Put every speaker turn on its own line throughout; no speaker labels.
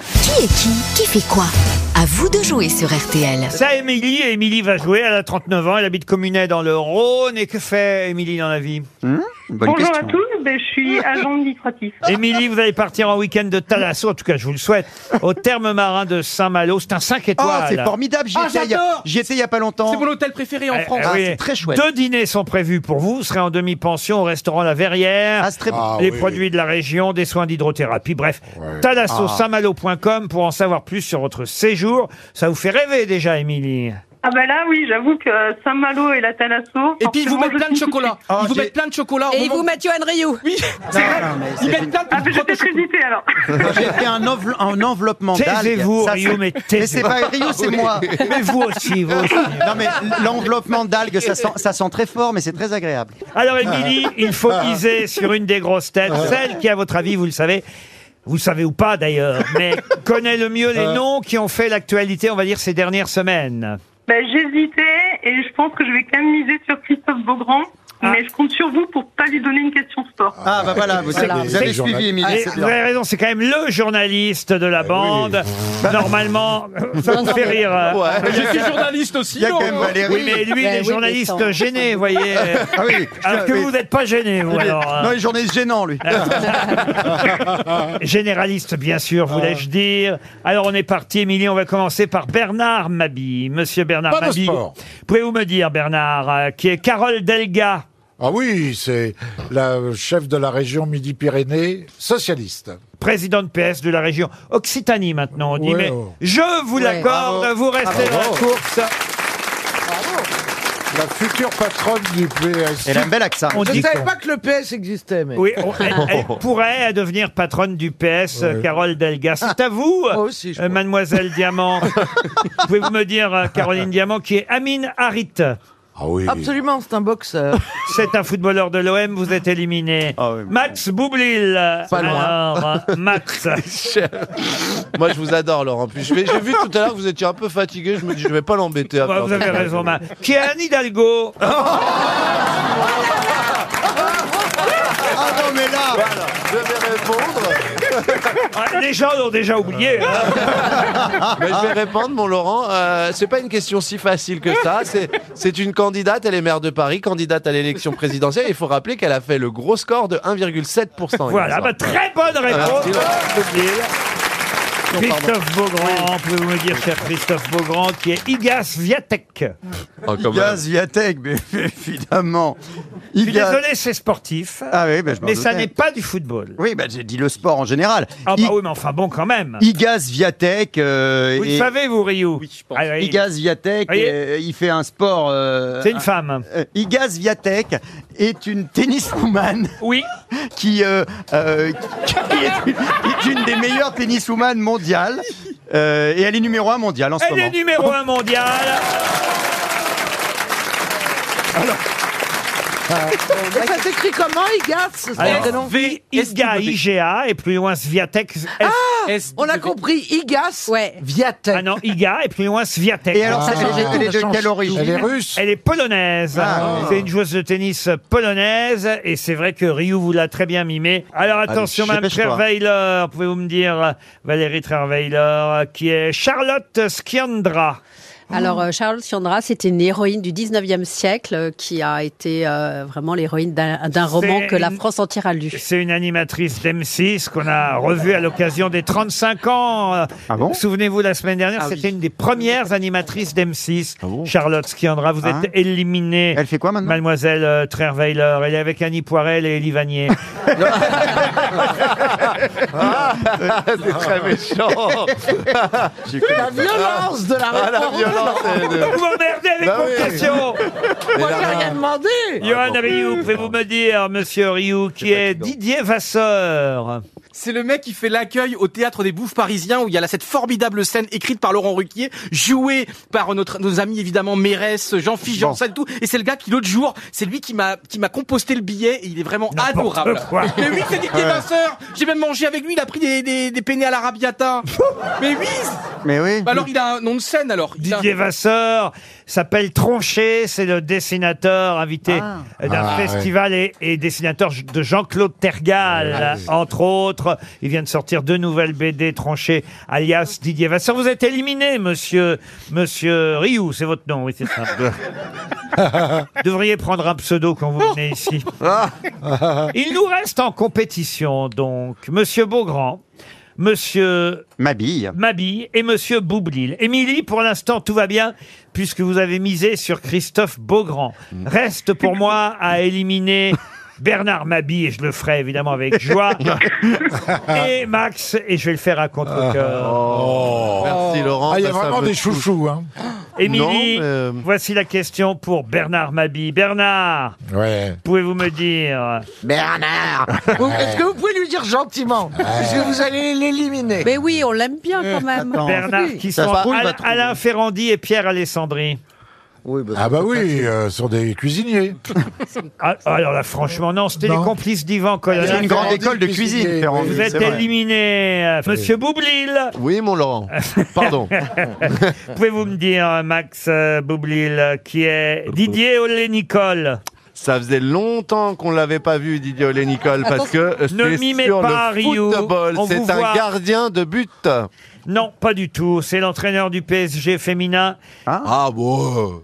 est qui Qui fait quoi À vous de jouer sur RTL.
Ça, Émilie, et Émilie va jouer, elle a 39 ans, elle habite Communet dans le Rhône. Et que fait Émilie dans la vie
Bonne
Bonjour
question.
à tous, ben, je suis agent administratif.
Émilie, vous allez partir en week-end de Thalasso, en tout cas je vous le souhaite, au terme marin de Saint-Malo. C'est un 5
Oh,
étoiles.
c'est formidable, j'y
Ah,
étais il y a-
j'adore
j'y étais il y a pas longtemps.
C'est mon hôtel préféré en
Eh,
France.
eh oui.
c'est très chouette.
Deux dîners sont prévus pour vous. Vous serez en demi-pension au restaurant La Verrière.
Ah, c'est très bon.
les produits de la région, des soins d'hydrothérapie, bref.
Ah.
Thalassosaint-Malo.com pour en savoir plus sur votre séjour. Ça vous fait rêver déjà, Émilie.
Ah ben là, oui, j'avoue que Saint-Malo et la Thalasso.
Et puis ils vous mettent plein de chocolat.
Ah,
Ils vous
j'ai-
mettent plein de chocolat. au
Et il
moment-
vous met Yoann Rioux.
Oui, c'est vrai.
Non, mais
Ils
c'est
mettent
génial.
plein
Ah ben
de
j'étais
crottes
très hésité alors.
J'ai fait un, envel- un enveloppement d'algues.
Taisez-vous,
Ça,
Rio,
c'est-
mais
Mais c'est
taisez-vous.
pas Rio, c'est moi.
Mais vous aussi, vous aussi.
Non, mais l'enveloppement d'algues, ça sent, ça sent très fort, mais c'est très agréable.
Alors, Émilie, il faut miser sur une des grosses têtes, celle qui, à votre avis, vous le savez, vous le savez ou pas d'ailleurs, mais connaît le mieux les noms qui ont fait l'actualité, on va dire, ces dernières semaines.
Ben, J'hésitais et je pense que je vais quand même miser sur Christophe Beaugrand. Mais je compte sur vous pour pas lui donner une question sport.
Ah, bah voilà, vous,
Voilà.
avez- vous avez suivi,
Et
Émilie. Ah, c'est
vous
bien. Eh
avez raison, Ah, c'est quand même le journaliste de la bande. Normalement, ça me fait rire. hein.
Ouais. Eh Ben
Je suis journaliste aussi.
Il y a
non
quand même Valérie.
Oui, mais lui, il
Ouais,
est
oui,
journaliste
mais
gêné, vous voyez.
Ah oui.
Alors que
Oui.
vous n'êtes pas gêné, vous, alors. hein.
Non, il est journaliste gênant, lui.
Ah. Généraliste, bien sûr,
Ah.
voulais-je dire. Alors, on est parti, Émilie. On va commencer par Bernard Mabille. Monsieur Bernard
Pas de
Mabille.
sport.
Pouvez-vous me dire, Bernard, euh, qui est Carole Delga
Ah oui, c'est la chef de la région Midi-Pyrénées, socialiste.
Président de PS de la région Occitanie maintenant, on dit,
Ouais,
mais
oh.
je vous l'accorde, vous restez dans la
Bravo.
course.
La future patronne du PS.
Elle a un bel accent.
On dit
savais pas
que le PS existait, mais.
Oui, on- elle, elle pourrait devenir patronne du PS, euh, Carole Delga. C'est à vous,
Moi aussi, je
euh, mademoiselle Diamant. Pouvez-vous me dire, euh, Caroline Diamant, qui est Amine Harit
Ah oui.
Absolument, c'est un boxeur.
C'est un footballeur de l'OM, vous êtes éliminé.
Ah oui.
Max Boublil.
loin.
Alors, euh, Max.
Moi, je vous adore, Laurent. Puis, je vais- j'ai vu tout à l'heure que vous étiez un peu fatigué. Je me dis, je vais pas l'embêter.
Bah,
encore.
vous avez raison, Max. Qui est Anne Hidalgo
Ah non, mais là,
Voilà, je vais répondre.
Ah, Les gens l'ont déjà oublié. hein.
Mais je vais répondre, mon Laurent. Euh, c'est pas une question si facile que ça. C'est, c'est une candidate. Elle est maire de Paris, candidate à l'élection présidentielle. Il faut rappeler qu'elle a fait le gros score de 1,7%.
Voilà, bah, oh, très bonne réponse.
Merci, Laurent.
Max Boublil. Christophe Beaugrand, pouvez-vous me dire, cher Christophe Beaugrand, qui est Igas Viatek
Oh, quand même.
Igaz Viatek, mais évidemment.
Je suis
Igaz-
désolé, c'est sportif.
Ah oui, ben je m'en
mais ça
doutais.
n'est pas du football.
Oui, bah, j'ai dit le sport en général.
Ah bah
I-
oui, mais enfin bon, quand même.
Igaz Viatek. euh,
Vous le
et-
savez, vous, Rio
Oui, je pense.
Ah oui.
Igaz Viatek,
Voyez
euh, il fait un sport. euh,
C'est une femme.
euh, Igaz Viatek est une tenniswoman
Oui,
qui, euh, euh, qui est, une, qui est une des meilleures tenniswoman mondiales. Euh, et elle est numéro un mondiale en ce
elle
moment.
est numéro un mondial.
ça s'écrit comment, Igas
Alors, V, IGA, IGA, et plus loin Sviatek. S-
Ah
On a compris, Igas
Ouais.
ah
Viatek.
non, IGA, et plus loin Sviatek.
Et alors,
Ah.
ça, elle est- elle est de quelle
Elle
origine
est russe
Elle est polonaise.
Ah.
C'est une joueuse de tennis polonaise. Et c'est vrai que Ryu vous l'a très bien mimé. Alors attention,
je sais
Mme
pas, je crois.
Trerweiler. Pouvez-vous me dire, Valérie Trerweiler, qui est Charlotte Skiandra
Alors, euh, Charlotte Fiandra, c'était une héroïne du 19e siècle euh, qui a été euh, vraiment l'héroïne d'un d'un roman que la
une-
France entière a lu.
C'est une animatrice d'M6 qu'on a revue à l'occasion des 35 ans. Euh,
Ah bon
Souvenez-vous, la semaine dernière,
Ah oui. Ah
c'était une des premières animatrices d'M6. Charlotte Skiandra, vous
Hein
êtes éliminée.
Elle fait quoi maintenant
Mademoiselle euh, Trerweiler, elle est avec Annie Poirel et Elie Vanier.
C'est très méchant.
La violence de la
Ah, la
réponse.
violence. elle est de-
vous m'emmerdez avec
Bah
vos
oui.
questions
Mais
Moi, j'ai
là,
rien demandé.
Johan Rioux, pouvez-vous me dire, monsieur Rioux, qui est Didier Vasseur
C'est le mec qui fait l'accueil au théâtre des Bouffes Parisiens où il y a là cette formidable scène écrite par Laurent Ruquier, jouée par notre, nos amis évidemment Mérès, Jean-Philippe Janssen et tout. Et c'est le gars qui l'autre jour, c'est lui qui m'a qui m'a composté le billet et il est vraiment
N'importe
adorable.
quoi.
Mais oui, c'est Didier Vasseur. J'ai même mangé avec lui. Il a pris des des, des penne à l'arabiata. Mais oui.
Mais oui.
Bah
Bah alors il a un nom de scène alors. Il a-
Didier Vasseur, s'appelle Tronchet. C'est le dessinateur invité d'un
Ah,
festival et, et dessinateur de Jean-Claude Tergal, entre autres. Il vient de sortir deux nouvelles BD Tronchet, alias Didier Vasseur. Vous êtes éliminé, monsieur, monsieur Rioux. C'est votre nom, oui, c'est ça. Devriez prendre un pseudo quand vous venez ici. Il nous reste en compétition, donc, monsieur Beaugrand. Monsieur
M'habille.
Mabille et Monsieur Boublil. Émilie, pour l'instant, tout va bien, puisque vous avez misé sur Christophe Beaugrand. Reste pour moi à éliminer Bernard Mabille, et je le ferai évidemment avec joie, et Max, et je vais le faire à contre-cœur.
Merci Laurent.
Ah, il y a
passe à
vraiment
votre
des chouchous, hein.
Émilie,
Non, euh,
voici la question pour Bernard Mabille. Bernard,
Ouais.
pouvez-vous me dire...
Bernard, vous- est-ce que vous pouvez lui dire gentiment Parce que vous allez l'éliminer.
Mais oui, on l'aime bien quand même.
Euh, Bernard qui sont
se trouve, il va
Al-
trouver.
Alain Ferrandi et Pierre Alessandri.
Oui, bah,
Ah bah oui, euh, sont des cuisiniers.
Ah, alors là, franchement, non, c'était les
Non.
complices d'Ivan
C'est
Colonna.
une grande école de cuisine,
cuisinier,
Ferrand.
oui.
Vous êtes
C'est vrai.
éliminé, euh, Monsieur Boublil.
Oui, mon Laurent. Pardon.
Pouvez-vous me dire, euh, Max euh, Boublil, euh, qui est Didier Olé-Nicole
Ça faisait longtemps qu'on l'avait pas vu, Didier Olé Nicole, parce que
Ne
c'est
mimez
sur
pas,
le
Rio.
football.
On vous
C'est un
voit.
gardien de but.
Non, pas du tout. C'est l'entraîneur du PSG féminin.
Ah bon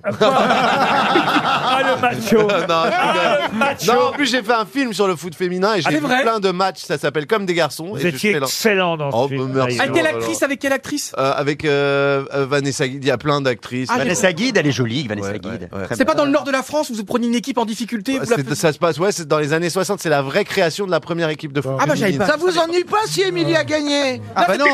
Ah, le macho
Non, je
Ah,
rigole.
le macho Ah,
Non, en plus j'ai fait un film sur le foot féminin et j'ai
c'est
vu
vrai
plein de matchs. Ça s'appelle Comme des garçons.
Vous
et je
étiez
fais l'en-
excellent dans ce
Oh,
film,
merci.
d'ailleurs.
Avec Ah, quelle actrice Avec quelle
Ah,
actrice
Euh, avec euh, euh, Vanessa Guide, il y a plein d'actrices.
Ah,
Vanessa Guide, elle est jolie, Vanessa
Ouais,
Guide.
ouais, ouais.
Très
C'est
bien.
pas dans le nord de la France où vous prenez une équipe en difficulté vous la
C'est-
faites-
Ça se passe, ouais, c'est dans les années 60, c'est la vraie création de la première équipe de foot.
Ah bah j'avais pas.
Ça vous ennuie pas si Émilie a gagné
Ah bah non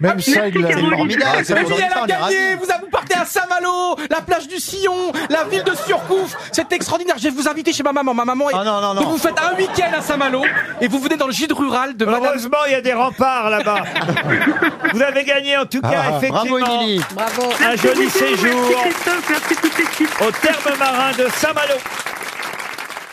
Même ça, il l'a-
C'est formidable
c'est
Mais
Aujourd'hui,
oui, elle
ça,
a
on est ravis.
gagné Vous, avez- vous partez à Saint-Malo, la plage du Sillon, la ville de Surcouf. C'est extraordinaire. Je vais vous inviter chez ma maman. Ma maman est...
Oh non, non, non.
Donc vous faites un week-end à Saint-Malo et vous venez dans le gîte rural de Madame...
Heureusement, il y a des remparts là-bas. Vous avez gagné en tout cas,
Ah,
effectivement.
Bravo Émilie
Bravo.
Un
Merci
joli
beaucoup,
séjour
Merci Christophe, merci toute l'équipe.
au terme marin de Saint-Malo.